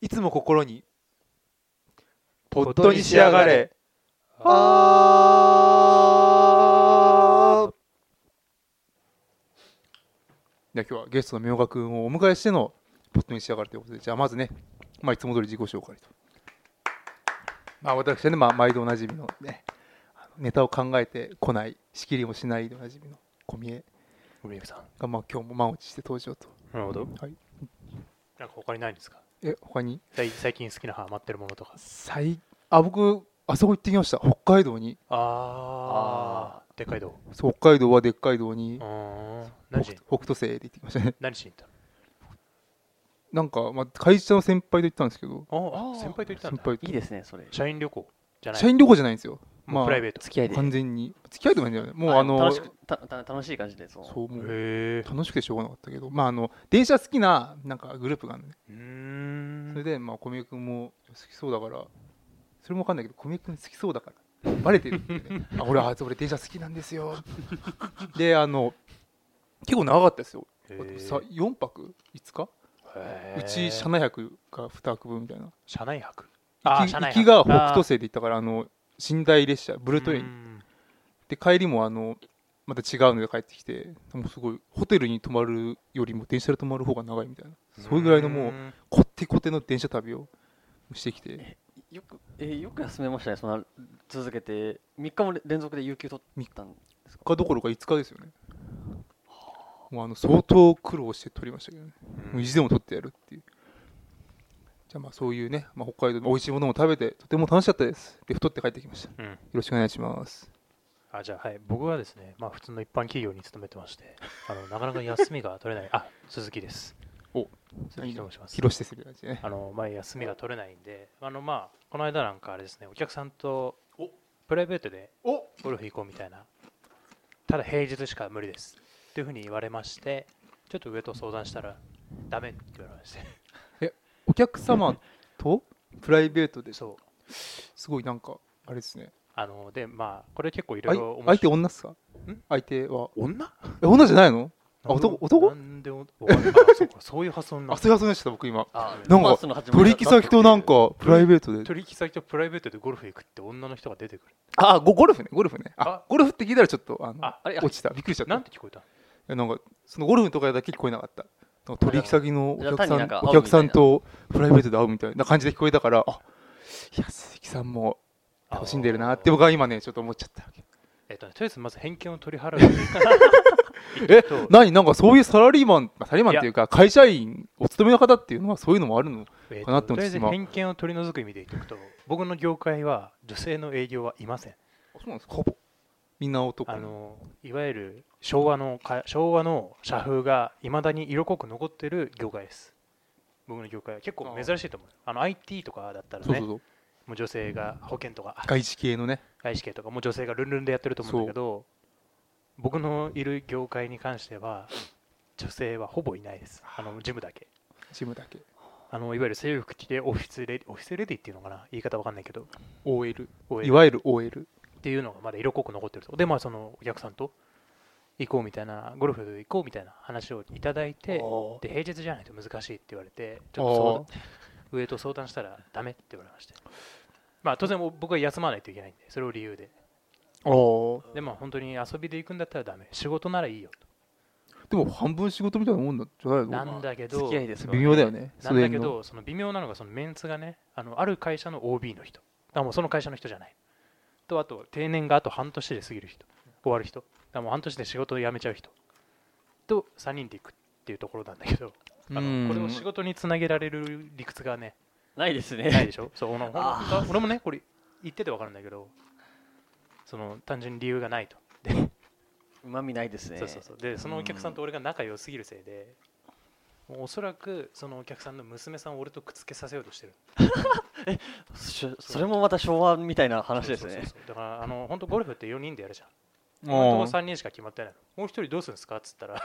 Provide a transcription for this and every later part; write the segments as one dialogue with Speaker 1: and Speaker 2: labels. Speaker 1: いつも心にポットに仕上がれあーでは今日はゲストの明賀君をお迎えしてのポットに仕上がれということでじゃあまずね、まあ、いつも通り自己紹介と、まあ、私はね、まあ、毎度おなじみのねあのネタを考えてこない仕切りもしないでおなじみの小宮
Speaker 2: ウレイさん。
Speaker 1: が、まあ、今日も満を持して登場と
Speaker 2: なるほど。
Speaker 1: はい
Speaker 2: なんか他にないんですか
Speaker 1: え他に
Speaker 2: 最最近好きなハマってるものとか。
Speaker 1: 最あ僕あそこ行ってきました北海道に
Speaker 2: あー、でかいど。
Speaker 1: そう北海道はでっかい道
Speaker 2: う
Speaker 1: に
Speaker 2: ーん。
Speaker 1: 北
Speaker 2: 何しに
Speaker 1: 北斗星で行ってきましたね
Speaker 2: 何しに行っ
Speaker 1: なんか、まあ、会社の先輩と行ったんですけど
Speaker 2: たのあ
Speaker 3: あー
Speaker 2: 先輩と行った
Speaker 1: 先
Speaker 2: んだ。
Speaker 1: 輩と
Speaker 3: いいですね、それ。
Speaker 2: 社員旅行じゃない。
Speaker 1: 社員旅行じゃないんですよ
Speaker 2: もうプライベート。
Speaker 3: 付き合いで。
Speaker 1: 完全に付き合いとかないんだよねもうあの
Speaker 3: 楽しくたた楽しい感じで、そう。
Speaker 1: そうもう
Speaker 2: へー
Speaker 1: 楽しくてしょうがなかったけどまああの電車好きななんかグループがあるのね
Speaker 2: うー
Speaker 1: それ
Speaker 2: ん。
Speaker 1: でまあ小宮君も好きそうだからそれも分かんないけど小宮君好きそうだからバレてるっていう ねあ俺あ俺電車好きなんですよであの結構長かったですよ
Speaker 2: へー
Speaker 1: さ4泊5日
Speaker 2: へ
Speaker 1: う
Speaker 2: ー
Speaker 1: ち車内泊が2泊分みたいな
Speaker 2: 車内泊。
Speaker 1: 行
Speaker 2: あー
Speaker 1: き
Speaker 2: 車内
Speaker 1: 行
Speaker 2: 泊
Speaker 1: きが北斗星で行ったからあの寝台列車ブルートレイ
Speaker 2: うー
Speaker 1: ン
Speaker 2: ん
Speaker 1: で帰りもあのまた違うので帰ってきてもうすごいホテルに泊まるよりも電車で泊まる方が長いみたいなそれぐらいのもうこってこての電車旅をしてきて
Speaker 3: よく、えーよく休めましたね、そんな続けて。3日もれ連続で有給取ったんですか
Speaker 1: かどころか5日ですよねもうあの相当苦労して撮りましたけどね
Speaker 2: うん
Speaker 1: もう意地でも撮ってやるっていうじゃあまあそういうね、まあ、北海道の美味しいものも食べてとても楽しかったですで太って帰ってきましたよ
Speaker 2: うん。
Speaker 1: ろしくお願いします
Speaker 2: あじゃあはい僕はですねまあ普通の一般企業に勤めてまして あのなかなか休みが取れないあ鈴木です
Speaker 1: お
Speaker 2: 鈴木と申します
Speaker 1: 広してする感じね
Speaker 2: あのまあ休みが取れないんであのまあこの間なんかあれですねお客さんとプライベートで
Speaker 1: お
Speaker 2: ゴルフ行こうみたいなただ平日しか無理ですっていうふうに言われましてちょっと上と相談したらダメって言われまして
Speaker 1: お客様とプライベートで
Speaker 2: そう
Speaker 1: すごいなんかあれですね
Speaker 2: あのでまあこれ結構いろ
Speaker 1: あ
Speaker 2: い
Speaker 1: い
Speaker 2: ろ
Speaker 1: 相手女っすか
Speaker 2: ん
Speaker 1: 相手は
Speaker 2: 女
Speaker 1: え女じゃないのあ男男
Speaker 2: なんでおなんでおあそうかそういう発想にな
Speaker 1: あ
Speaker 2: る
Speaker 1: それはそうでした僕今
Speaker 2: あ
Speaker 1: なんか
Speaker 3: パースの始まり
Speaker 1: 取引先となんかプライベートで
Speaker 2: 取引先とプライベートでゴルフ行くって女の人が出てくる
Speaker 1: あゴゴルフねゴルフねあ
Speaker 2: あ
Speaker 1: ゴルフって聞いたらちょっとあの
Speaker 2: あ
Speaker 3: あれ
Speaker 1: 落ちたびっくりしちゃっ
Speaker 2: なん
Speaker 1: た
Speaker 2: て聞こえた
Speaker 1: えなんかそのゴルフのとこやだけ聞こえなかったなんか取引先のお
Speaker 3: じゃあ
Speaker 1: 客さ
Speaker 3: 単になん
Speaker 1: ん
Speaker 3: か
Speaker 1: お客さんとプライベートで会うみたいな感じで聞こえたからあいや鈴木さんも楽しんでるなって僕は今ねちょっと思っちゃった
Speaker 2: えっとね、とりあえずまず偏見を取り 払う
Speaker 1: え
Speaker 2: と
Speaker 1: 何なんかそういうサラリーマンまあサラリーマンっていうか会社員お勤めの方っていうのはそういうのもあるの
Speaker 2: えっ
Speaker 1: かな
Speaker 2: と
Speaker 1: って思っ
Speaker 2: とりあ
Speaker 1: て
Speaker 2: えず
Speaker 1: 今
Speaker 2: 偏見を取り除く意味で言っておくと僕の業界は女性の営業はいません
Speaker 1: そうなんですかほぼみんな男
Speaker 2: あのいわゆる昭和のか昭和の社風がいまだに色濃く残ってる業界です僕の業界は結構珍しいと思うあの IT とかだったら
Speaker 1: そう
Speaker 2: ね
Speaker 1: そうそう
Speaker 2: もう女性が保険とか
Speaker 1: 外資系のね
Speaker 2: 外資系とかもう女性がルンルンでやってると思うんだけど僕のいる業界に関しては女性はほぼいないですあのジムだけ
Speaker 1: チームだけ
Speaker 2: あのいわゆる制服着てオフィスレディオフィスレディっていうのかな言い方わかんないけど
Speaker 1: OL い
Speaker 2: OL
Speaker 1: わゆる OL
Speaker 2: っていうのがまだ色濃く残ってるとでまあそのお客さんと行こうみたいなゴルフ行こうみたいな話をいただいてで平日じゃないと難しいって言われてちょっと相談上と相談したらダメって言われましてまあ当然僕は休まないといけないんでそれを理由で
Speaker 1: あー
Speaker 2: でまあ本当に遊びで行くんだったらダメ仕事ならいいよ
Speaker 1: でも半分仕事みたいなもんだじゃないの
Speaker 2: となんだけど
Speaker 3: 付き合いですから
Speaker 1: 微妙だよね
Speaker 2: なんだけ
Speaker 1: その辺の
Speaker 2: ど、その微妙なのが、そのメンツがね、あのある会社の OB の人、あもうその会社の人じゃない。と、あと、定年があと半年で過ぎる人、終わる人、あもう半年で仕事を辞めちゃう人、と3人で行くっていうところなんだけど、あ
Speaker 1: うん
Speaker 2: のこれを仕事につなげられる理屈がね、
Speaker 3: ないですね。
Speaker 2: ないでしょ。そう俺も
Speaker 3: あ
Speaker 2: 本当俺もね、これ言ってて分かるんだけど、その単純に理由がないと。で
Speaker 3: うまみないですね。
Speaker 2: そうそうそうでそのお客さんと俺が仲良すぎるせいで、もうおそらくそのお客さんの娘さんを俺とくっつけさせようとしてる
Speaker 3: しょそれもまた昭和みたいな話です
Speaker 2: そう
Speaker 3: ね
Speaker 2: そう。そうだからあの本当ゴルフって4人でやるじゃん
Speaker 1: あ
Speaker 2: 本
Speaker 1: ー
Speaker 2: 当3人しか決まってないのもう1人どうするんですかっつったら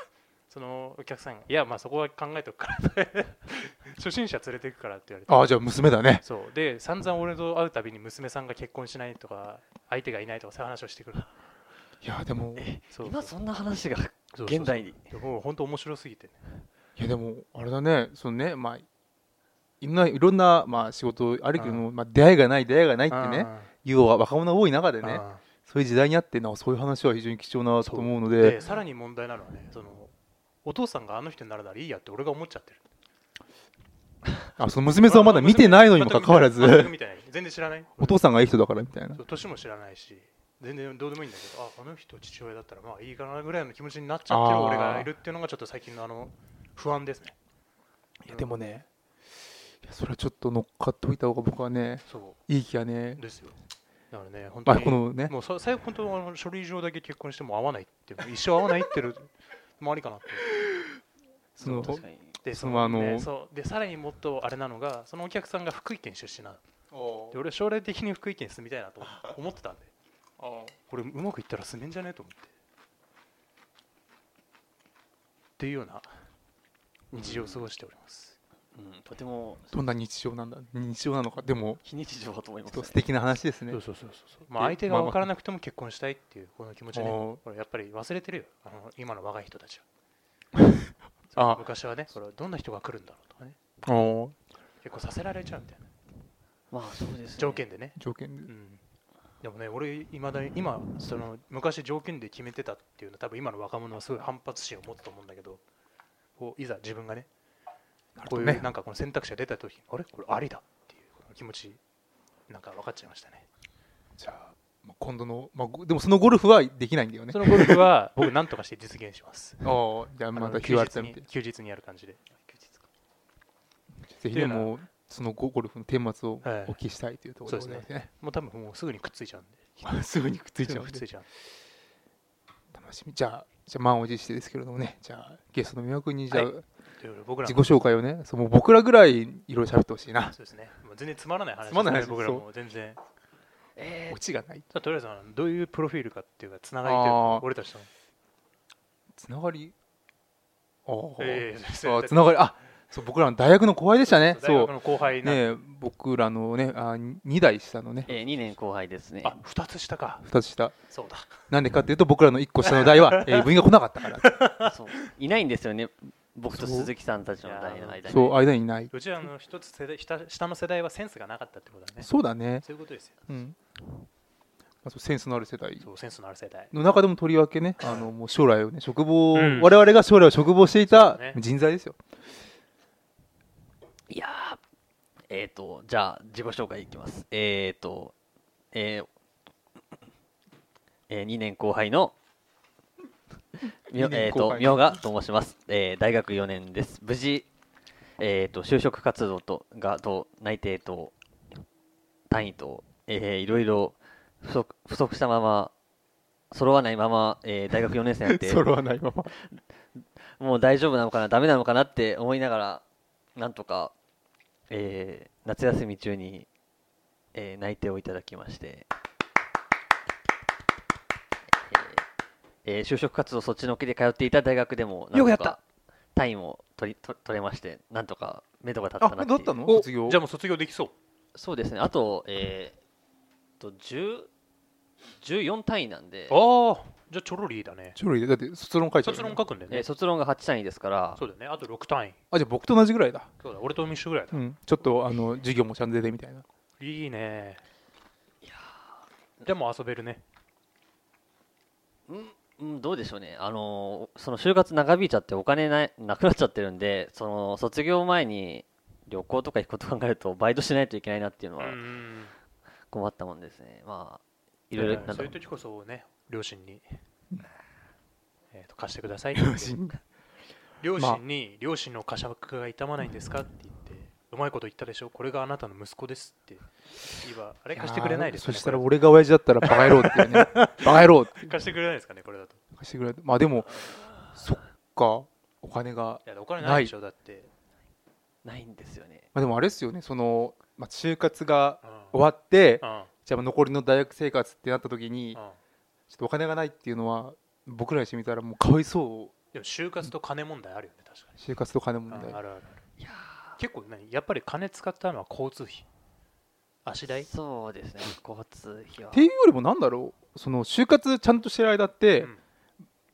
Speaker 2: そのお客さんがいやまあそこは考えとくから初心者連れてくからって言われて
Speaker 1: あーじゃあ娘だね
Speaker 2: そうで散々俺と会うたびに娘さんが結婚しないとか相手がいないとかそういう話をしてくる
Speaker 1: いやでも
Speaker 2: そう
Speaker 3: 今そんな話が
Speaker 2: そうそう
Speaker 3: 現代に。
Speaker 2: もう本当面白すぎてね
Speaker 1: いやでもあれだねそのねまあいろんないろんな、まあ、仕事あるけど、
Speaker 2: う
Speaker 1: まあ、出会いがない出会いがないって
Speaker 2: うん
Speaker 1: ねいう若者が多い中で
Speaker 2: うん
Speaker 1: ねそういう時代にあってなそういう話は非常に貴重なと
Speaker 2: そう
Speaker 1: 思うの
Speaker 2: うん
Speaker 1: で
Speaker 2: でさらに問題なのはねそのお父さんがあの人になるならいいやって俺が思っちゃってる
Speaker 1: あその娘さんはまだ見てないのにもかかわらず、
Speaker 2: 全く見てない全然知らない
Speaker 1: お父さんがいい人だからみたいな
Speaker 2: そ。う年も知らないし全然どうでもいいんだけどあこの人父親だったらまあいいかなぐらいの気持ちになっちゃってる
Speaker 1: あー
Speaker 2: 俺がいるっていうのがちょっと最近のあの不安ですね
Speaker 1: いやでもね、いやそれはちょっと乗っかっておいた方が僕はね、
Speaker 2: そ
Speaker 1: いい気がね
Speaker 2: う、ですよだからね本当
Speaker 1: まあ、
Speaker 2: に
Speaker 1: このね、
Speaker 2: もうさ最後本当あの書類上だけ結婚しても会わないっていう一生会わないってるもありかなって
Speaker 1: その
Speaker 3: 確かに
Speaker 2: で
Speaker 1: そのあの
Speaker 2: ねそうでさらにもっとあれなのがそのお客さんが福井県出身なので俺は将来的に福井県に住みたいなと思思ってたんでこれうまくいったら住めんじゃねえと思ってっていうような日常を過ごしております、
Speaker 3: うん、とても
Speaker 1: どんな日常なんだ、日常なのか、でも、
Speaker 3: 非日常だと思いま
Speaker 1: ちょっ
Speaker 3: す、
Speaker 1: と。
Speaker 3: ね
Speaker 1: 素敵な話ですね。
Speaker 2: そうそうそうそうまあ相手が分からなくても結婚したいっていうこの気持ちね
Speaker 1: おー
Speaker 2: これやっぱり忘れてるよあの今の若い人たちは
Speaker 1: あ
Speaker 2: 昔はねこれどんな人が来るんだろうとかね
Speaker 1: おー
Speaker 2: 結構させられちゃうみたいな
Speaker 3: まあそうです、ね。
Speaker 2: 条件でね
Speaker 1: 条件
Speaker 2: う
Speaker 1: で。
Speaker 2: んでもね俺いまだに今その昔条件で決めてたっていうのは多分今の若者はすごい反発心を持つと思うんだけどこういざ自分がねこういう
Speaker 1: ね
Speaker 2: なんかこの選択肢が出た時にあれこれありだっていうこの気持ちなんか分かっちゃいましたね
Speaker 1: じゃあ、まあ今度の、まあ、ごでもそのゴルフはできないんだよね
Speaker 2: そ。のゴルフは僕なんとかして実現します
Speaker 1: おーじゃあ、
Speaker 2: あの
Speaker 1: また日
Speaker 2: 休
Speaker 1: を改
Speaker 2: 日
Speaker 1: め
Speaker 2: に
Speaker 1: て、
Speaker 2: 休日にやる感じで
Speaker 1: ぜひでも、そのゴゴルフの顛末を
Speaker 2: はい
Speaker 1: お聞きしたいというところでございますね。
Speaker 2: もう多分もうすぐにくっついちゃうんで
Speaker 1: すぐにくっついちゃうん
Speaker 2: くっ
Speaker 1: で
Speaker 2: ついちゃう
Speaker 1: 楽しみ。じゃあ、じゃあ満を持してですけれどもね、じゃあ、ゲストの宮尾君に、じゃあ、
Speaker 2: はいということで僕ら
Speaker 1: 自
Speaker 2: の
Speaker 1: 己紹介をね、そうもう僕らぐらいいろいろ喋ってほしいな。
Speaker 2: そうですねもう全然つまらない話
Speaker 1: つまらない
Speaker 2: ですね僕
Speaker 1: 話
Speaker 2: らも全然え
Speaker 1: オチがない。
Speaker 2: とりあえずあのどういうプロフィールかっていうかつながりと
Speaker 1: あ
Speaker 2: いうか
Speaker 1: ー
Speaker 2: 俺たちとの
Speaker 1: つながりああ、
Speaker 2: え え
Speaker 1: あつながり、あそう僕らの大学の後輩でしたね。
Speaker 2: 大
Speaker 1: そう
Speaker 2: 学の後輩
Speaker 1: ね
Speaker 2: ね
Speaker 1: え僕らのね、あ2代下のね、
Speaker 3: えー、2年後輩ですね。
Speaker 2: あ二つ下か
Speaker 1: 2つ下。
Speaker 2: そうだ
Speaker 1: なんでかっていうと、僕らの1個下の代 は、えー部員が来なかったから、
Speaker 3: そういないんですよね。僕と鈴木さんたちの代の間に、
Speaker 1: そう、間にいない。
Speaker 2: うちらの一つ世代下下の世代はセンスがなかったってことだねそ
Speaker 1: そうだね。
Speaker 2: ういうことですよ
Speaker 1: うん。まあ、そうセンスのある世代。
Speaker 2: そうセンスのある世代
Speaker 1: の中でもとりわけね、あのもう将来をね、職望を、
Speaker 2: うん
Speaker 1: 我々が将来を職望していた
Speaker 2: そうね
Speaker 1: 人材ですよ。
Speaker 3: いやーえっ、と、じゃあ自己紹介いきます。えっ、と、えーえ2年後輩の、みょ
Speaker 1: 二年
Speaker 3: えー
Speaker 1: 後
Speaker 3: と、
Speaker 1: 輩
Speaker 3: みょうがと申します。えー大学4年です。無事、えっ、と、就職活動と、が、と、内定と、単位と、えーいろいろ不足、不足したまま、揃わないまま、えー大学4年生になっ て、
Speaker 1: 揃わないま ま。
Speaker 3: もう大丈夫なのかな、ダメなのかなって思いながら、なんとか、えー夏休み中に、えー内定をいただきまして、えーえー就職活動そっちのけで通っていた大学でも、なんとか
Speaker 2: よくやった
Speaker 3: 単位も取り取取れまして、なんとか目処が立ったな
Speaker 1: あ、
Speaker 3: って
Speaker 1: だ
Speaker 3: い
Speaker 1: った
Speaker 3: う。
Speaker 1: の
Speaker 2: お
Speaker 1: 卒業
Speaker 2: じゃあ。もう卒業できそう
Speaker 3: そうですね、あと、えー、と10 14単位なんで、
Speaker 2: ああじゃあちょろりだね
Speaker 1: ちょろいでだって卒論書いてある
Speaker 2: 卒
Speaker 1: よね、
Speaker 2: 論書くんだよ
Speaker 3: えー
Speaker 2: ねそ
Speaker 3: 卒論が8単位ですから、
Speaker 2: うだよねあと6単位
Speaker 1: あ、じゃあ僕と同じぐらいだ。
Speaker 2: そうだ俺とミッシュぐらいだ
Speaker 1: うん、ちょっとあの授業もちゃんと出てみたいな。
Speaker 2: いいねじゃあもう遊べるね
Speaker 3: うん、どうでしょうね、あのーその就活長引いちゃって、お金ないなくなっちゃってるんで、その卒業前に旅行とか行くこと考えると、バイトしないといけないなっていうの
Speaker 2: う
Speaker 3: は
Speaker 2: ん
Speaker 3: 困ったもんですね、まあ、いろいろなんだ
Speaker 2: そ
Speaker 3: ろ
Speaker 2: う
Speaker 3: う
Speaker 2: いう時こそね両親にえーと 貸してくださいって言って両親に両親の呵責が痛まないんですかって言ってうまいこと言ったでしょこれがあなたの息子ですって言えばあれ貸してくれないですか
Speaker 1: そ
Speaker 2: ね
Speaker 1: したら
Speaker 2: こ
Speaker 1: 俺が親父だったらバカ野郎っていう ね。バカ野郎って
Speaker 2: れ貸してくれないですかねこれだと
Speaker 1: 貸してくれる。まあでも、そっか、お金が。
Speaker 2: いやお金ないでしょだって
Speaker 3: ないんですよね、
Speaker 1: まあでもあれですよね、その、まあ、就活が
Speaker 2: うん
Speaker 1: 終わって、
Speaker 2: うん
Speaker 1: じゃあ残りの大学生活ってなった時に、
Speaker 2: う
Speaker 1: ちょ
Speaker 2: ん
Speaker 1: っとお金がないっていうのは、僕らにしてみたらもうかわいそ
Speaker 2: でも就活と金問題あるよね確か
Speaker 1: う。就活と金問
Speaker 2: に
Speaker 1: 題
Speaker 2: うん。あるあるある結構何やっぱり金使ったのは交通費足代
Speaker 3: そうですね、交通費は
Speaker 1: っていうよりもなんだろう、その就活ちゃんとしてる間って、
Speaker 2: うん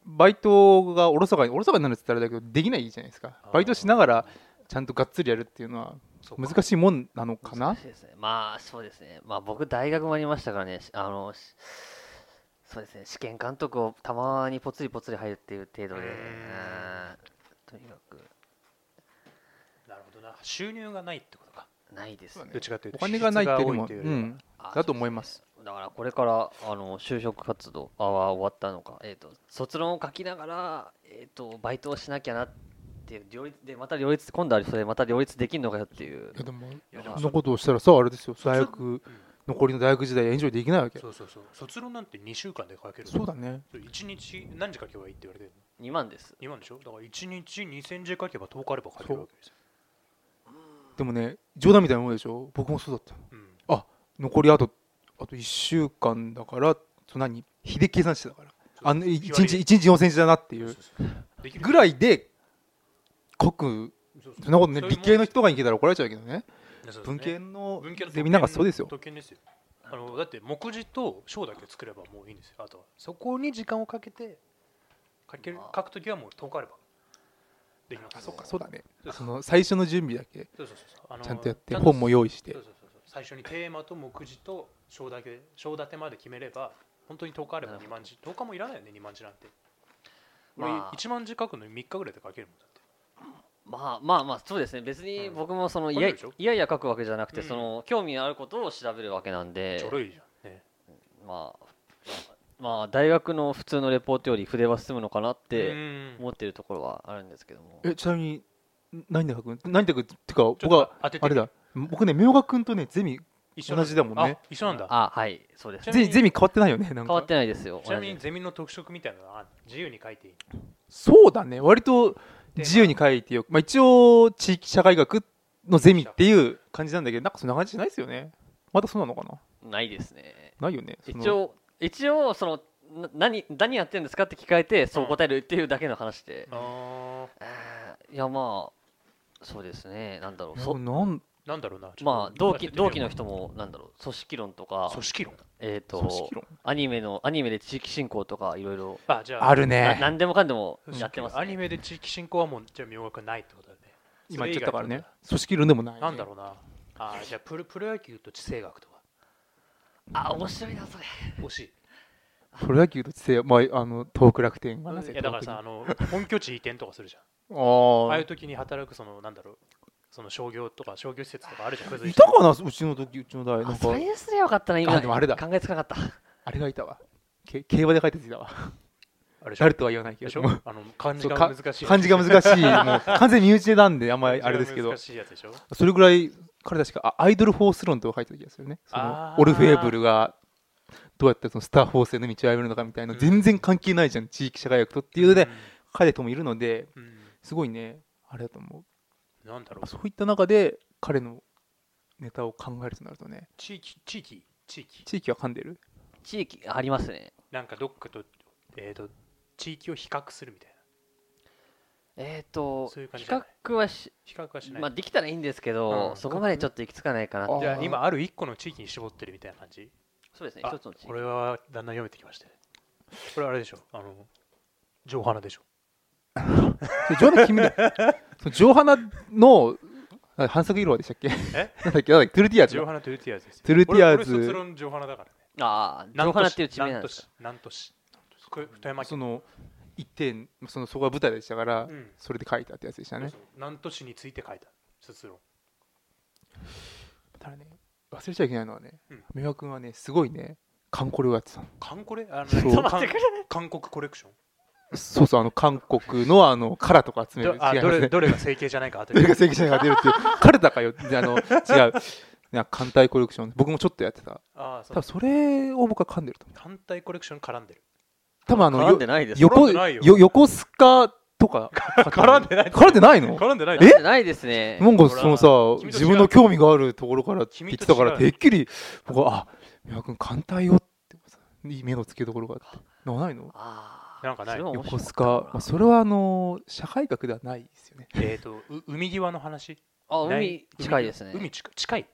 Speaker 1: バイトがおろそかにおろそかになるって言ったらあれだけどできないじゃないですか
Speaker 2: あー
Speaker 1: バイトしながらちゃんとがっつりやるっていうのは
Speaker 2: そうか
Speaker 1: 難しいもんなのかな
Speaker 3: 難しいですねまあそうですねまあ僕大学もありましたからねしあのしそうですね試験監督をたまにぽつりぽつり入るっていう程度で
Speaker 2: うーん
Speaker 3: うんとにかく
Speaker 2: なるほどな収入がないってことか
Speaker 3: ないですね
Speaker 2: どっちかというと
Speaker 1: お金がないっていうよりも
Speaker 2: 支出が多いというよりは
Speaker 3: あ
Speaker 1: だと思います
Speaker 3: そうですねだからこれからあの就職活動あは終わったのか、えー、と卒論を書きながら、えー、とバイトをしなきゃなっていう両立でまた両立今度はそれまた両立できるのかよっていう
Speaker 1: いやでも
Speaker 2: いやでも
Speaker 1: そんなことをしたらさあれですよ大学
Speaker 2: うん
Speaker 1: 残りの大学時代エンジョイできないわけ
Speaker 2: そうそうそう卒論なんて2週間で書ける
Speaker 1: そうだね
Speaker 2: 1日何時書けばいいって言われてる
Speaker 3: 2万です
Speaker 2: の今でしょだから1日2000字書けば10日あれば書けるわけですよ、
Speaker 1: でもね冗談みたいなもんでしょ僕もそうだった
Speaker 2: うん
Speaker 1: 残りあとあと1週間だからその何日で計算してたからあの1
Speaker 2: 日割
Speaker 1: 日
Speaker 2: り
Speaker 1: 一日4センチだなっていう
Speaker 2: そうそうそうできる
Speaker 1: ぐらいで濃く
Speaker 2: そうそう
Speaker 1: そんなことね
Speaker 2: そういう
Speaker 1: 理
Speaker 2: もん
Speaker 1: 系の人がいけたら怒られちゃうけどね
Speaker 2: そうですね
Speaker 1: 文系の
Speaker 2: 文系の
Speaker 1: ゼミなんかそうですよ
Speaker 2: 特権ですよあのだって目次と章だけ作ればもういいんですよあとはそこに時間をかけて書ける
Speaker 3: まあ
Speaker 2: 書くときはもう10日あればできます
Speaker 1: あ
Speaker 2: そ
Speaker 1: そうっ
Speaker 2: そ
Speaker 1: か
Speaker 2: う
Speaker 1: そうだね
Speaker 2: そう
Speaker 1: その最初の準備だけ
Speaker 2: そうそうあの
Speaker 1: ちゃんとやって
Speaker 2: ちゃ
Speaker 1: 本も用意して
Speaker 2: そうそうそうそう最初にテーマと目次と章だけ章立てまで決めれば本当に10日あれば2万字10日もいらないよね2万字なんて俺
Speaker 3: まあ
Speaker 2: 1万字書くのに3日ぐらいで書けるもんだって
Speaker 3: まあまあまあそうですね別に
Speaker 2: うん
Speaker 3: 僕もそのい
Speaker 2: 書ける
Speaker 3: やい
Speaker 2: でしょ
Speaker 3: やいや書くわけじゃなくて、
Speaker 2: うん
Speaker 3: その興味のあることを調べるわけなんで
Speaker 2: ちょろいじゃんね
Speaker 3: まあまあ大学の普通のレポートより筆は進むのかなっ
Speaker 2: う
Speaker 3: て
Speaker 2: ん
Speaker 3: 思ってるところはあるんですけども
Speaker 1: えちなみに何田君何田君っていうか
Speaker 2: ちょっと
Speaker 1: 僕は
Speaker 2: 当てて
Speaker 1: あれだ僕ね明賀君とねゼミ
Speaker 2: 一緒なん
Speaker 1: 同じだもんね
Speaker 2: あ一緒なんだ
Speaker 3: あはいそうです
Speaker 2: ちなみ
Speaker 1: ゼ
Speaker 2: に
Speaker 1: ミゼミ変わってないよねなん
Speaker 3: 変わ
Speaker 1: か
Speaker 3: ってないですよ
Speaker 2: ちなみ
Speaker 3: 同
Speaker 2: に
Speaker 3: じ
Speaker 2: ゼミの特色みたいなのはあんの自由に書いていい
Speaker 1: そうだね割と自由に書いてよく、まあ、一応地域社会学のゼミっていう感じなんだけどなんかそんな感じじゃないですよねまだそうなのかな
Speaker 3: ないですね
Speaker 1: ないよねその
Speaker 3: 一応一応そのな何何やってるんですかって聞かれてそう答えるっていうだけの話で、
Speaker 2: あ
Speaker 3: えーいやまあそうですねなんだろう
Speaker 1: そ
Speaker 3: そう
Speaker 1: なん
Speaker 2: ーなんだろうなちょっと
Speaker 3: まあ同期
Speaker 2: ちょっ
Speaker 3: 同
Speaker 2: と
Speaker 3: 期
Speaker 2: や
Speaker 3: の
Speaker 2: って
Speaker 3: 人もなんだろう組織論とか
Speaker 2: みよう組織論
Speaker 3: えっ、
Speaker 1: 組
Speaker 3: と
Speaker 1: 織論
Speaker 3: アニメのアニメで地域振興とかいろいろ
Speaker 2: あじゃあ
Speaker 1: ある
Speaker 3: な
Speaker 1: ね
Speaker 3: 何でもかんでも
Speaker 2: 組織
Speaker 3: やってます、
Speaker 2: アニメで地域振興はもうじゃあ明学ないってことだね
Speaker 1: 今言っちゃったからね
Speaker 2: それ以外ってこ
Speaker 1: 組織論でもない、
Speaker 2: と
Speaker 1: ね、
Speaker 2: だなんだろうなあーじゃあプロプロ野球と地政学とか
Speaker 3: あ面白いなそれ
Speaker 2: 惜しい
Speaker 1: プロ野球と知性、まあ、あの東北楽天がなぜ
Speaker 2: いやだからさあの本拠地移転とかするじゃん
Speaker 1: あ
Speaker 2: ああ
Speaker 1: ー
Speaker 2: いう時に働くそのなんだろうその商業とか商業施設とかあ るじゃん付随
Speaker 1: い
Speaker 2: して
Speaker 1: たかなうちの時うちの代なん
Speaker 3: あ
Speaker 1: か
Speaker 3: それすりゃよかったな今
Speaker 1: あでもあれだ
Speaker 3: 考えつかなかった
Speaker 1: あれがいたわけ競馬で書いてついたわ
Speaker 2: あれでしょ
Speaker 1: 誰とは言わないけ
Speaker 2: でし
Speaker 1: ど
Speaker 2: ょ
Speaker 1: もう
Speaker 2: あの漢字
Speaker 1: そう
Speaker 2: が
Speaker 1: か
Speaker 2: 難しい
Speaker 1: 漢字が難しい もう完全に身内なんであんまりあれですけど
Speaker 2: 漢字が難しいやつでしょ
Speaker 1: それぐらい彼確かあアイドルフォース論とか書いてた気がするねそ
Speaker 2: あ
Speaker 1: の
Speaker 2: ー
Speaker 1: オルフェーブルがどうやってそのスターフォースへの道を歩むのかみたいな
Speaker 2: うん
Speaker 1: 全然関係ないじゃん、地域社会学とっていうので、
Speaker 2: うん
Speaker 1: 彼ともいるので
Speaker 2: うん
Speaker 1: すごいねあれだと思
Speaker 2: なんだろ
Speaker 1: う
Speaker 2: う
Speaker 1: そういった中で彼のネタを考えるとなるとね
Speaker 2: 地域地域地域
Speaker 1: 地域は噛んでる
Speaker 3: 地域ありますね
Speaker 2: なんかどっかと,、えー、と地域を比較するみたいな
Speaker 3: えっ、と
Speaker 2: そういう感じ
Speaker 3: 比
Speaker 2: じゃない
Speaker 3: 較はし、
Speaker 2: 比較はしない、
Speaker 3: まあ、できたらいいんですけど、
Speaker 2: うん
Speaker 3: そこまでちょっと行き着かないかな
Speaker 1: あ
Speaker 2: じゃあ
Speaker 1: ー
Speaker 2: 今ある一個の地域に絞ってるみたいな感じ
Speaker 3: そうですね
Speaker 2: あ
Speaker 3: 一つの地
Speaker 2: こ
Speaker 3: 域
Speaker 2: れはだんだん読めてきましてこれあれでしょあの上花でしょ
Speaker 1: それ上花君 だその上花のあ反則色はでしたっけ
Speaker 2: え
Speaker 1: なんだっけなんだっけトゥルティアーズ
Speaker 2: 上
Speaker 1: だ
Speaker 2: 花トゥルティアーズですよ
Speaker 1: トゥルティアーズ
Speaker 2: 俺俺卒論上花だからね
Speaker 3: ああ
Speaker 2: 南砺
Speaker 3: 上花
Speaker 2: 市
Speaker 3: っていう地名なんですか
Speaker 2: 南砺市南砺市富山県
Speaker 1: その一点そのそこが舞台でしたから、
Speaker 2: うん
Speaker 1: それで書いたってやつでしたね
Speaker 2: そうそう南砺市について書いた卒論
Speaker 1: ただね忘れちゃいけないのはね
Speaker 2: うん
Speaker 1: 三輪君はねすごいねカンコレをやってたの
Speaker 2: カンコレあの
Speaker 1: そう
Speaker 2: 何
Speaker 3: ちょっと待ってくれ
Speaker 2: 韓国コレクション
Speaker 1: そうそうあの韓国のあのカラとか集める
Speaker 2: どあ
Speaker 1: 違い
Speaker 2: ど
Speaker 1: ます
Speaker 2: れ
Speaker 1: ね
Speaker 2: どれが整形じゃないか
Speaker 1: ど
Speaker 2: 当て
Speaker 1: れ
Speaker 2: る
Speaker 1: が正規者が出るって いうカルタかよであの違うなんか艦隊コレクション僕もちょっとやってた
Speaker 2: ああそ
Speaker 1: 多
Speaker 2: う
Speaker 1: 分それを僕は噛んでると思う
Speaker 2: 艦隊コレクション絡んでる
Speaker 1: 多分あの
Speaker 3: 絡ん
Speaker 1: よ
Speaker 3: でないです
Speaker 1: 横
Speaker 2: 絡んでないよ
Speaker 1: よ横須賀とか
Speaker 2: 絡んでない
Speaker 1: 絡んでないの
Speaker 2: 絡んでない
Speaker 1: え
Speaker 3: 絡んでないですね
Speaker 1: なんか
Speaker 2: ほら
Speaker 1: そのさ
Speaker 2: 君と違う
Speaker 1: 自分の興味があるところからって言ってたから
Speaker 2: 君と違
Speaker 1: て
Speaker 2: う
Speaker 1: っきり僕はあ三輪君艦隊をってさいい目の付けどころがあってなないの
Speaker 3: ああ
Speaker 2: なんかない
Speaker 1: 横須賀、まあ、それはあのー社会学ではないですよね。
Speaker 2: えっとう海際の話
Speaker 3: あ
Speaker 2: ない
Speaker 3: 海近いですね
Speaker 2: 海近い近い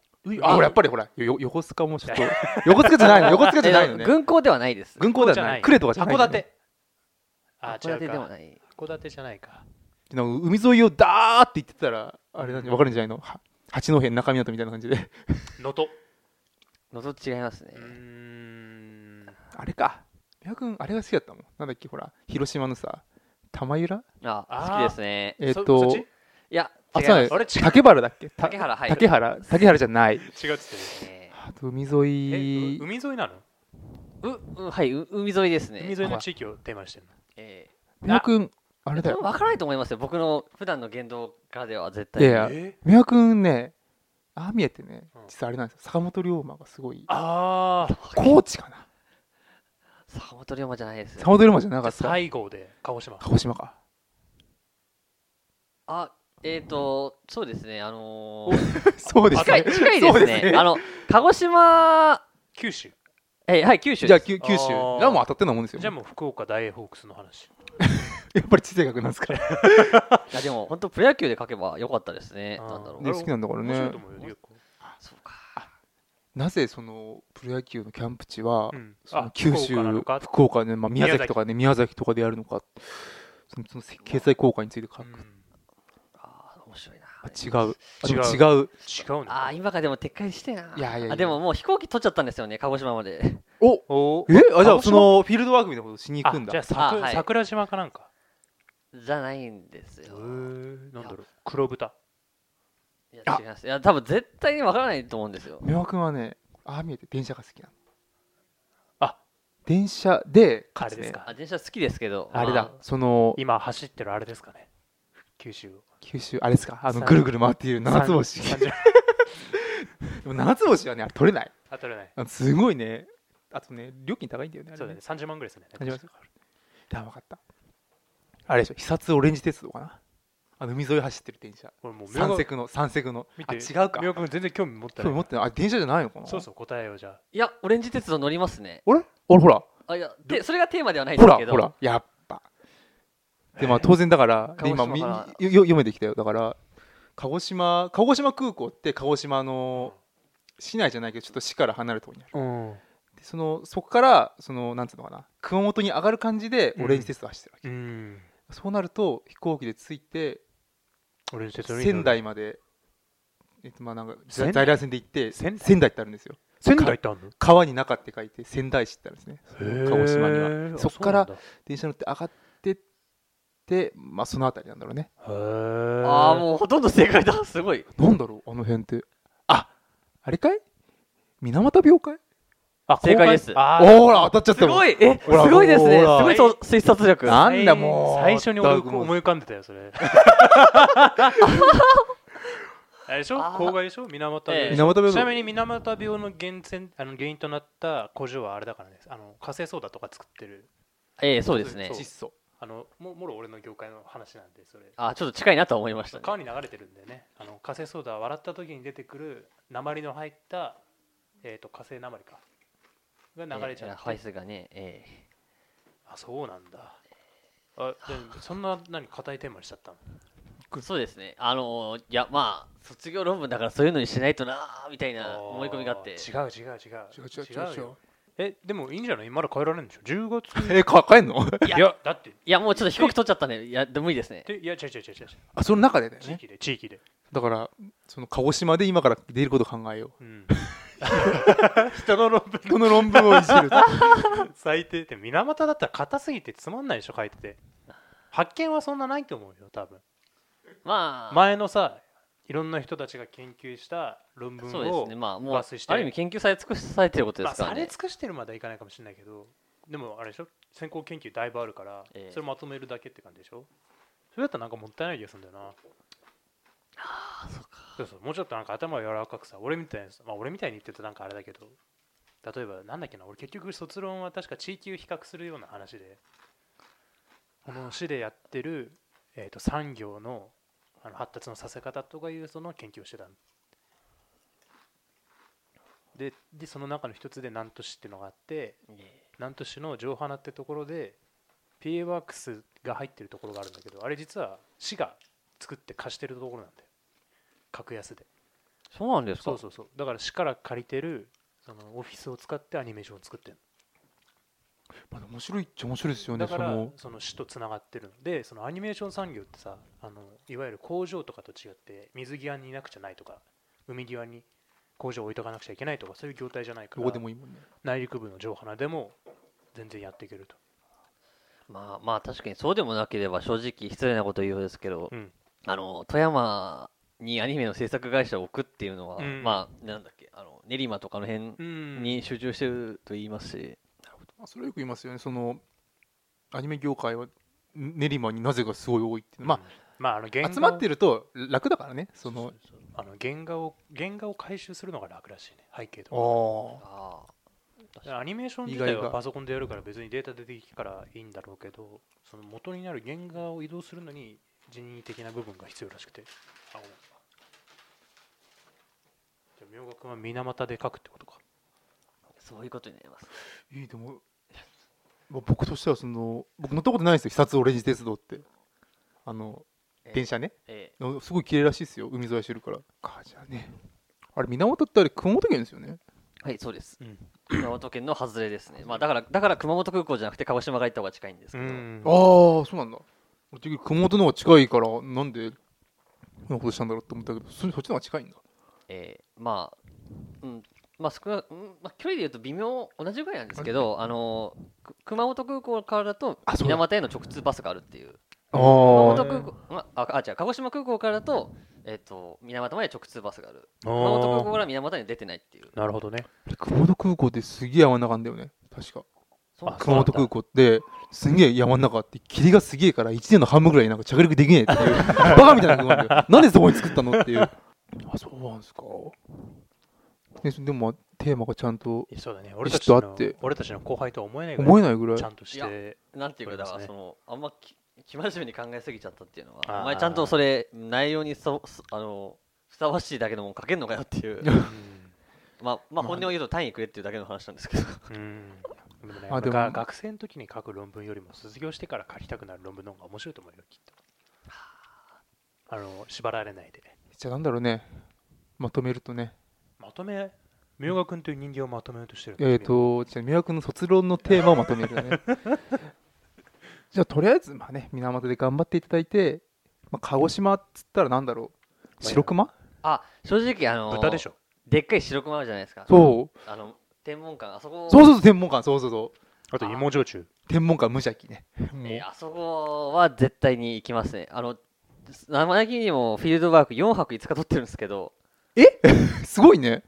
Speaker 1: あ、ほらやっぱりほらよよ横須賀もちょっと横須賀じゃないの横須賀じゃないの
Speaker 3: え
Speaker 1: ね。
Speaker 3: 軍港ではないです
Speaker 1: 軍港ではない。呉とかじゃない、
Speaker 2: 函
Speaker 1: ね。
Speaker 2: 館あ違
Speaker 3: 函
Speaker 2: う
Speaker 3: 館では
Speaker 2: か
Speaker 3: ない
Speaker 2: 函館じゃないか
Speaker 1: なんか海沿いをダーって行ってたらあれなんじゃわかるんじゃないの？は八戸中港みたいな感じで
Speaker 2: 能登
Speaker 3: のと違いますね
Speaker 2: うーん
Speaker 1: あれか美く君あれが好きだったもんなんだっけほら広島のさ玉浦
Speaker 3: あ
Speaker 2: あー
Speaker 3: 好きですね
Speaker 1: えっと
Speaker 2: そそっち
Speaker 3: いや
Speaker 1: あ
Speaker 3: 違い
Speaker 1: そう
Speaker 3: ま
Speaker 1: だ
Speaker 3: す
Speaker 1: ね
Speaker 2: あれ違う
Speaker 1: 竹原だっけた
Speaker 3: 竹原はい
Speaker 1: 竹原竹原じゃない
Speaker 2: 違うっつって
Speaker 3: え
Speaker 1: あと海
Speaker 2: るえ
Speaker 1: 沿い
Speaker 2: 海沿いなの
Speaker 3: ーううんはいう海沿いですね
Speaker 2: 海沿いの地域をテーマにしてるの
Speaker 3: え
Speaker 1: 美く君あれだ
Speaker 3: 分
Speaker 1: よ
Speaker 3: からないと思いますよ僕の普段の言動からでは絶
Speaker 1: い
Speaker 3: 対
Speaker 1: や
Speaker 3: に
Speaker 1: いや
Speaker 2: え
Speaker 1: 美く君ねああ見えてね
Speaker 2: うん
Speaker 1: 実はあれなんですよ坂本龍馬がすごい
Speaker 2: ああ
Speaker 1: 高知かな
Speaker 3: 坂本龍馬じゃないです
Speaker 1: 坂本龍馬じゃなかった
Speaker 2: 西郷で鹿児島
Speaker 1: 鹿児島か
Speaker 3: あえっ、とそうですねあの
Speaker 1: そうで
Speaker 3: ー、
Speaker 1: す
Speaker 3: 近
Speaker 1: ね
Speaker 3: い近いです
Speaker 1: そう
Speaker 3: ね
Speaker 1: ですね
Speaker 3: あの鹿児島
Speaker 2: 九州
Speaker 3: えーはい九州
Speaker 1: じゃあ
Speaker 3: です
Speaker 1: きゅ九州
Speaker 2: あー
Speaker 1: ラも当たってんなもんですよ
Speaker 2: じゃあもう福岡大英ホークスの話
Speaker 1: やっぱり地政学なんです から
Speaker 3: いやでも本当プロ野球で書けばよかったですね
Speaker 2: あー
Speaker 3: なんだろう
Speaker 1: ね好きなんだから
Speaker 2: 面白い
Speaker 1: ね
Speaker 2: と思うよ結構
Speaker 3: そうか
Speaker 1: なぜそのプロ野球のキャンプ地は
Speaker 2: うん
Speaker 1: その
Speaker 2: あ
Speaker 1: 九州
Speaker 2: 福岡なのか
Speaker 1: 福岡ね、まあ、宮
Speaker 2: 宮
Speaker 1: 崎
Speaker 2: 崎
Speaker 1: とかね宮崎とかでやるのかそのその経済効果について書く、
Speaker 2: うん
Speaker 3: あー面白いな
Speaker 1: あ違う
Speaker 2: 違う
Speaker 1: あでも違う
Speaker 2: 違うの
Speaker 3: あー今からでも撤回してえない
Speaker 1: やいやいや
Speaker 3: あでももう飛行機取っちゃったんですよね鹿児島まで
Speaker 1: お
Speaker 2: お
Speaker 1: えあじゃ
Speaker 2: 鹿児島
Speaker 1: あそのフィールドワークみたいなことしに行
Speaker 2: あ
Speaker 1: くんだ
Speaker 2: じゃあさく
Speaker 3: あはい
Speaker 2: 桜島かなんか
Speaker 3: じゃないんです
Speaker 2: へ
Speaker 3: よ
Speaker 2: ーなんだろう黒豚
Speaker 3: いや違いますいや多分絶対にわからないと思うんですよ
Speaker 1: 美輪君はねああ見えて電車が好きなの
Speaker 2: あ
Speaker 1: 電車で
Speaker 2: あ
Speaker 1: か
Speaker 2: れ
Speaker 1: つ
Speaker 2: です
Speaker 1: ね
Speaker 2: か
Speaker 3: あ電車好きですけど
Speaker 1: あれ
Speaker 3: ま
Speaker 1: だその
Speaker 2: 今走ってるあれですかね九州を
Speaker 1: 九州あれですかあの
Speaker 2: さ
Speaker 1: ぐるぐる回っている七つ星
Speaker 2: 三十
Speaker 1: でも七つ星はねあれ取れない
Speaker 2: あ取れない
Speaker 1: あのすごいねあとね料金高いんだよねあれ
Speaker 2: そうだね30万ぐらいですね
Speaker 1: 始まりますだ分かったあれでしょ肥薩オレンジ鉄道かなあの海沿い走ってる電車
Speaker 2: これもう
Speaker 1: 三
Speaker 2: 明
Speaker 1: 石の三石の
Speaker 2: 見
Speaker 1: あ
Speaker 2: て
Speaker 1: 違うか
Speaker 2: 君全然興味持っ
Speaker 1: 興
Speaker 2: てない
Speaker 1: 味持ってないあ電車じゃないのかな
Speaker 2: そうそう答えをじゃあ
Speaker 3: いやオレンジ鉄道乗りますね
Speaker 1: あれあれほら
Speaker 3: あいやでそれがテーマではないんで
Speaker 1: ほ
Speaker 3: す
Speaker 1: ら
Speaker 3: けど
Speaker 1: ほらやっぱでまあ当然だからで
Speaker 3: 鹿
Speaker 1: 今
Speaker 3: 児島
Speaker 1: み
Speaker 3: から
Speaker 1: よよ読めてきたよだから鹿児島鹿児島空港って鹿児島の市内じゃないけどちょっと市から離れたところにある
Speaker 2: うん
Speaker 1: でそのそこからそのなんつうのかな熊本に上がる感じでオレンジ鉄道走ってるわけ、
Speaker 2: うん
Speaker 1: そうなると飛行機で着いて
Speaker 2: 俺に説明
Speaker 1: 仙台まで、えっと、まあなんか
Speaker 2: 仙
Speaker 1: 在
Speaker 2: 台
Speaker 1: 在来線で行って
Speaker 2: 仙
Speaker 1: 仙台
Speaker 2: 台
Speaker 1: ってあるんですよ
Speaker 2: 仙台ってあるの
Speaker 1: 川に中って書いて仙台市ってあるんですね
Speaker 2: へー
Speaker 1: 鹿児島には
Speaker 2: あ
Speaker 1: そこから
Speaker 2: そうなんだ
Speaker 1: 電車乗って上がってってまあその辺りなんだろうね
Speaker 2: へー
Speaker 3: ああもうほとんど正解だ すごい
Speaker 1: なんだろうあの辺ってああれかい水俣病かい
Speaker 2: あ
Speaker 3: 正解です
Speaker 2: あー
Speaker 1: ほら当たっちゃっ
Speaker 3: す
Speaker 1: た
Speaker 3: ご
Speaker 1: い
Speaker 3: いえす
Speaker 1: ほら
Speaker 3: ごいですね
Speaker 1: ほ
Speaker 3: す
Speaker 1: ら
Speaker 3: ごいそう推察力
Speaker 1: あなんだもう
Speaker 2: 最初に俺
Speaker 1: だからもう
Speaker 2: 思い浮かんでたよそ れあれでしょ
Speaker 3: あー
Speaker 2: 郊外でしょ水俣
Speaker 3: ええ
Speaker 2: 病
Speaker 1: 水俣病
Speaker 2: ちなみに水俣病の源泉あの原因となった工場はあれだからねあの火星ソーダとか作ってる
Speaker 3: ええそうですね
Speaker 2: そう
Speaker 1: 窒素
Speaker 2: あのももろ俺の業界の話なんでそれ
Speaker 3: あちょっと近いなとは思いましたね
Speaker 2: 川に流れてるんでねあの火星ソーダは笑った時に出てくる鉛の入った、えー、と火星鉛かが流れちゃ
Speaker 3: え
Speaker 2: う
Speaker 3: え、ファイスがねええ
Speaker 2: あそうなんだあでもそんな何硬いテーマにしちゃったの
Speaker 3: そうですねあのーいやまあ卒業論文だからそういうのにしないとなーみたいな思い込みがあって
Speaker 2: 違う違う違
Speaker 1: 違
Speaker 2: う
Speaker 1: う違う違う違う
Speaker 2: よえでもいいんじゃないまだ帰られるんでしょ10月
Speaker 1: えか帰んの
Speaker 2: いやだって
Speaker 3: いやもうちょっと飛行機取っちゃったねいやでもいいですね
Speaker 2: でいや違う違う違う違う
Speaker 1: あその中でだよ
Speaker 2: 地
Speaker 1: ね
Speaker 2: 域で地域で
Speaker 1: だからその鹿児島で今から出ること考えよ
Speaker 2: うん人の論文
Speaker 1: うこの論文をいじ る
Speaker 2: 最低でも水俣だったら硬すぎてつまんないでしょ書いてて発見はそんなないと思うよ多分
Speaker 3: まあ
Speaker 2: 前のさいろんな人たちが研究した論文を
Speaker 3: そうですねまあもう
Speaker 2: 抜粋して
Speaker 3: ある意味研究され尽くされてることで
Speaker 2: まあ、
Speaker 3: すから
Speaker 2: され
Speaker 3: ね
Speaker 2: 尽くしてるまではいかないかもしれないけどでもあれでしょ先行研究だいぶあるから、
Speaker 3: ええ
Speaker 2: それまとめるだけって感じでしょそれだったらなんかもったいない気がするんだよなあそうかそうそうもうちょっとなんか頭を柔らかくさ俺みたいにさ、まあ、俺みたいに言ってるとなんかあれだけど例えばなんだっけな俺結局卒論は確か地域を比較するような話でこの市でやってる、えー、と産業のあの発達のさせ方とかいうその研究をしてたのででその中の一つで南砺市っていうのがあって南砺市の城花ってところで PA ワークスが入ってるところがあるんだけどあれ実は市が作って貸してるところなんだよ格安で
Speaker 3: そうなんですか
Speaker 2: そうそうそうだから市から借りてるそのオフィスを使ってアニメーションを作ってる
Speaker 1: まあ面白いっちゃ面白いですよね
Speaker 2: のだ
Speaker 1: そ
Speaker 2: から
Speaker 1: の
Speaker 2: その市とつながってるのでそのアニメーション産業ってさあのいわゆる工場とかと違って水際にいなくちゃないとか海際に工場を置いとかなくちゃいけないとかそういう業態じゃないか
Speaker 1: どこ
Speaker 2: ら
Speaker 1: でもいいもんね
Speaker 2: 内陸部の上花でも全然やっていけると
Speaker 3: まあまあ確かにそうでもなければ正直失礼なこと言うようですけど、
Speaker 2: うん
Speaker 3: あの富山にアニメの制作会社を置くっていうのは、
Speaker 2: うん
Speaker 3: まあなんだっけあの練馬とかの辺
Speaker 2: うん
Speaker 3: に集中してると言いますし、
Speaker 1: まあそれはよく言いますよねそのアニメ業界は練馬になぜかすごい多いっていうのは、
Speaker 2: まああの原
Speaker 1: まあ、
Speaker 2: 画
Speaker 1: 集まってると楽だからねその
Speaker 2: あの原画を原画を回収するのが楽らしいね背景とか
Speaker 1: あ
Speaker 3: ああ
Speaker 2: アニメーション自体
Speaker 1: 意外
Speaker 2: は
Speaker 1: が
Speaker 2: パソコンでやるから別にデータ出てきたからいいんだろうけどその元になる原画を移動するのに人為的な部分が必要らしくてあごめんじゃあ明賀君は水俣で描くってことか
Speaker 3: そういうことになります
Speaker 1: あいいでもまあ僕としてはその僕乗ったことないんですよ久津オレンジ鉄道ってあの
Speaker 3: えー
Speaker 1: 電車ね
Speaker 3: え
Speaker 1: あすごい綺麗らしいですよ海沿いしてるからかじゃあねあれ源ってあれ熊本県ですよね
Speaker 3: えはいそうです
Speaker 2: うん
Speaker 3: 熊本県の外れですね、まあ、だからだから熊本空港じゃなくて鹿児島が行った方が近いんですけど、
Speaker 1: ああそうなんだ俺てっきり熊本の方が近いからなんでこんなことしたんだろうって思ったけどそそっちの方が近いんだ
Speaker 3: えーまあ、うんまあ少なうんまあ、距離でいうと微妙同じぐらいなんですけど、あのく熊本空港からだと
Speaker 1: あそうだ
Speaker 3: 水俣への直通バスがあるっていう
Speaker 1: あ
Speaker 3: 熊
Speaker 1: ー
Speaker 3: 本空港、まあ、ああ違う鹿児島空港からだと,、えっと水俣まで直通バスがある
Speaker 2: あー
Speaker 3: 熊本空港から水俣に出てないっていう
Speaker 2: なるほどね
Speaker 1: 熊本空港ってすげえ山の中なんだよね確か
Speaker 3: そう
Speaker 2: あ
Speaker 1: 熊本
Speaker 2: そうな
Speaker 1: 空
Speaker 2: んだ
Speaker 1: 港ってすんげえ山の中あって霧がすげえから1年の半分ぐらいなんか着陸できねえっていう バカみたいな空間なんだよなんでそこに作ったのっていうあそうなんですかででもまあテーマがちゃんと
Speaker 2: いやそうだね俺たち
Speaker 1: ちょ
Speaker 2: の
Speaker 1: っとあって
Speaker 2: 俺たちの後輩とは思えないぐ
Speaker 1: 思
Speaker 2: ら
Speaker 1: え
Speaker 2: い
Speaker 1: ないぐらい
Speaker 2: ちゃんとして
Speaker 3: なんていうかだ
Speaker 2: そう
Speaker 3: から
Speaker 2: です
Speaker 3: そ
Speaker 2: ね
Speaker 3: のあんまき生真面目に考えすぎちゃったっていうの
Speaker 2: あー
Speaker 3: はお前ちゃんとそれ内容にそそあのふさわしいだけのもん書けんのかよって いうまあ、まあ、
Speaker 1: まあ
Speaker 3: 本音を言うと単位くれっていうだけの話なんですけど
Speaker 2: うんでもね
Speaker 1: あでも
Speaker 2: が学生の時に書く論文よりも卒業してから書きたくなる論文の方が面白いと思うよきっとあの縛られないで
Speaker 1: じゃあなんだろうねまとめるとね
Speaker 2: まとめ明賀君という人間をまとめようとしてるんだ
Speaker 1: えっ、とじゃあ宮君の卒論のテーマをまとめる ねじゃあとりあえずまあね水俣で頑張っていただいて、まあ、鹿児島っつったらなんだろう白熊
Speaker 3: あ正直あの
Speaker 2: 君豚でしょ
Speaker 3: でっかい白熊あるじゃないですか
Speaker 1: そう
Speaker 3: あの天文館あそこ
Speaker 1: そうそうそう天文館そうそうそう
Speaker 2: あと芋焼酎
Speaker 1: 天文館無邪気ねも
Speaker 3: え
Speaker 1: う
Speaker 3: ーあそこは絶対に行きますねあの生意気にもフィールドワーク4泊5日取ってるんですけど、
Speaker 1: すごいね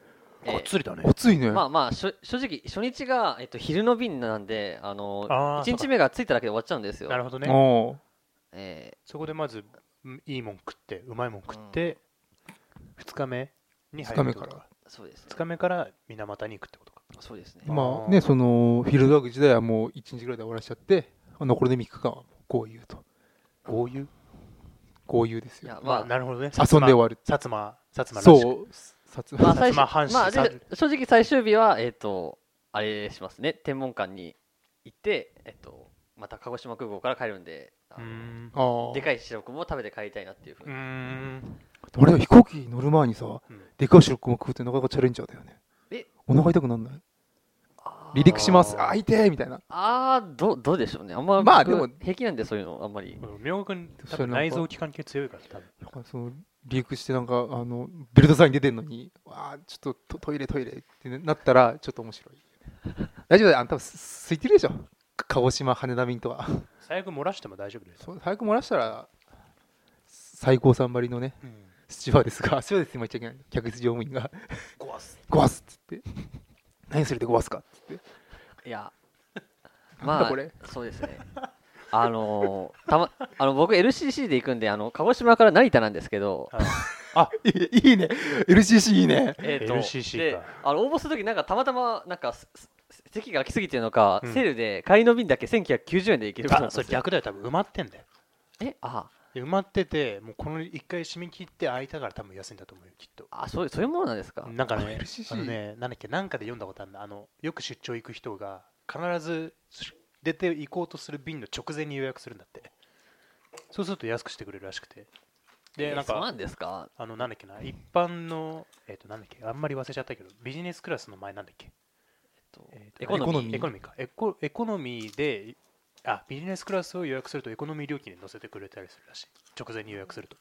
Speaker 3: えー
Speaker 2: つりだね
Speaker 1: ごついね、
Speaker 3: まあまあしょ正直初日が、えっと、昼の便なんであの
Speaker 2: あー
Speaker 3: 1
Speaker 2: そう
Speaker 3: 日
Speaker 2: か
Speaker 3: 目が着いただけで終わっちゃうんですよ
Speaker 2: なるほどね
Speaker 1: お
Speaker 3: え
Speaker 2: そこでまずうんいいもん食ってうまいもん食って2日目に入るってこ
Speaker 1: 二日目
Speaker 2: と
Speaker 1: か
Speaker 3: ーそうですね
Speaker 2: 2日目から水俣に行くってことか
Speaker 3: そうですね
Speaker 1: ーまあねそのフィールドワーク時代はもう1日ぐらいで終わらしちゃって残りの3日間はこういうと
Speaker 2: 豪遊
Speaker 1: こういうです
Speaker 3: い
Speaker 1: よ
Speaker 3: や
Speaker 2: まあ
Speaker 3: まあ
Speaker 2: なるほどね
Speaker 1: 遊んで終わる
Speaker 2: 薩摩薩摩らしく
Speaker 1: そうさつ
Speaker 3: まあ
Speaker 2: 薩
Speaker 3: 最
Speaker 2: 摩
Speaker 3: 初
Speaker 2: 藩士
Speaker 3: まあで
Speaker 2: さん
Speaker 3: 正直最終日はえっとあれしますね天文館に行ってえっとまた鹿児島空港から帰るんであ
Speaker 2: うー
Speaker 3: の
Speaker 2: ん
Speaker 1: あー
Speaker 3: でかい白熊を食べて帰りたいなっていうふう
Speaker 2: うー
Speaker 3: に
Speaker 2: ん
Speaker 1: 俺は飛行機乗る前にさ、
Speaker 2: ん
Speaker 1: でかい白熊食うってなかなかチャレンジャーだよね
Speaker 3: え
Speaker 1: お腹痛くなんない
Speaker 3: あー
Speaker 1: 離陸します
Speaker 2: あー
Speaker 1: あー痛いみたいな
Speaker 3: あーどうどうでしょうねあんま
Speaker 1: まあ
Speaker 3: 僕
Speaker 1: でも
Speaker 3: 平気なんでそういうのあんまり
Speaker 2: 明賀君多分内臓器官系強いから多分
Speaker 1: なんかその離陸してなんかあのベルトサイン出てんのにあーちょっとトトイレトイレってなったらちょっと面白い大丈夫だよあんたす空いてるでしょ鹿児島羽田便とは
Speaker 2: 最悪漏らしても大丈夫です
Speaker 1: そう早く漏らしたら最高さんばりのねスチュワーデスがスチュワーデスって今言っちゃいけない客室乗務員が
Speaker 2: 壊す
Speaker 1: 「ごわす!」っつって「何するでごわすか?」っつって
Speaker 3: いや
Speaker 1: なん
Speaker 3: ま
Speaker 1: だこれ
Speaker 3: あそうです ねあのーたまあの僕 LCC で行くんであの鹿児島から成田なんですけど
Speaker 1: いいいいね LCC いいね
Speaker 3: えーと
Speaker 2: LCC
Speaker 3: で
Speaker 2: か
Speaker 3: あの応募するときなんかたまたまなんかすす席が空きすぎてるのか、
Speaker 2: うん
Speaker 3: セールで帰りの便だけ1990円で行けるそうなん
Speaker 2: あ
Speaker 3: です
Speaker 2: そ
Speaker 3: よ
Speaker 2: れ逆だよ多分埋まってんだよ
Speaker 3: えあ
Speaker 2: で埋まっててもうこの一回締め切って空いたから多分安いんだと思うよきっと
Speaker 3: あそうそういうものなんですか、
Speaker 2: なんかね
Speaker 1: LCC
Speaker 2: あのねなんだっけなんかで読んだことあるんだあのよく出張行く人が必ずし出て行こうとする便の直前に予約するんだってそうすると安くしてくれるらしくてで
Speaker 3: え
Speaker 2: なん
Speaker 3: そう
Speaker 2: か
Speaker 3: なんですか
Speaker 2: あのなんだっけな一般のえっ、となんだっけあんまり忘れちゃったけどビジネスクラスの前なんだっけ
Speaker 3: と
Speaker 2: えーと
Speaker 3: エコノミー
Speaker 1: エコノミー
Speaker 2: エコノミーかエコエコノミーであビジネスクラスを予約するとエコノミー料金で乗せてくれたりするらしい直前に予約すると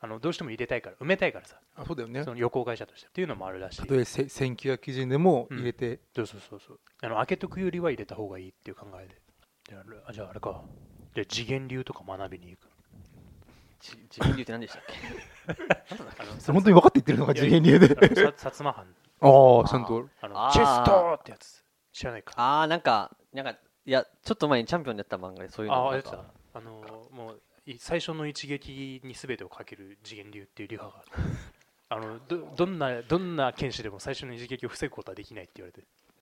Speaker 2: あのどうしても入れたいから埋めたいからさ
Speaker 1: あそうだよね
Speaker 2: その旅行会社としてっていうのもあるらしい
Speaker 1: たとえせ1900基準でも入れて、
Speaker 2: そうそうそうそうあの開けとくよりは入れた方がいいっていう考えでであれあじゃああれかじゃあ次元流とか学びに行く
Speaker 3: じ自分流って何でしたっけ
Speaker 2: あの
Speaker 1: そ れ本当に分かって言ってるのが次元流で
Speaker 2: あのさ薩摩藩
Speaker 1: ああちゃんと
Speaker 2: あの
Speaker 3: あー
Speaker 2: チェストーってやつ知らないか
Speaker 3: ああなんかなんかいやちょっと前にチャンピオンでやった漫画でそういうの
Speaker 2: ああ
Speaker 3: な
Speaker 2: や
Speaker 3: ん
Speaker 2: つ
Speaker 3: か
Speaker 2: だあのもうい最初の一撃に全てをかける次元流っていう流派があるあのどどんなどんな剣士でも最初の一撃を防ぐことはできないって言われて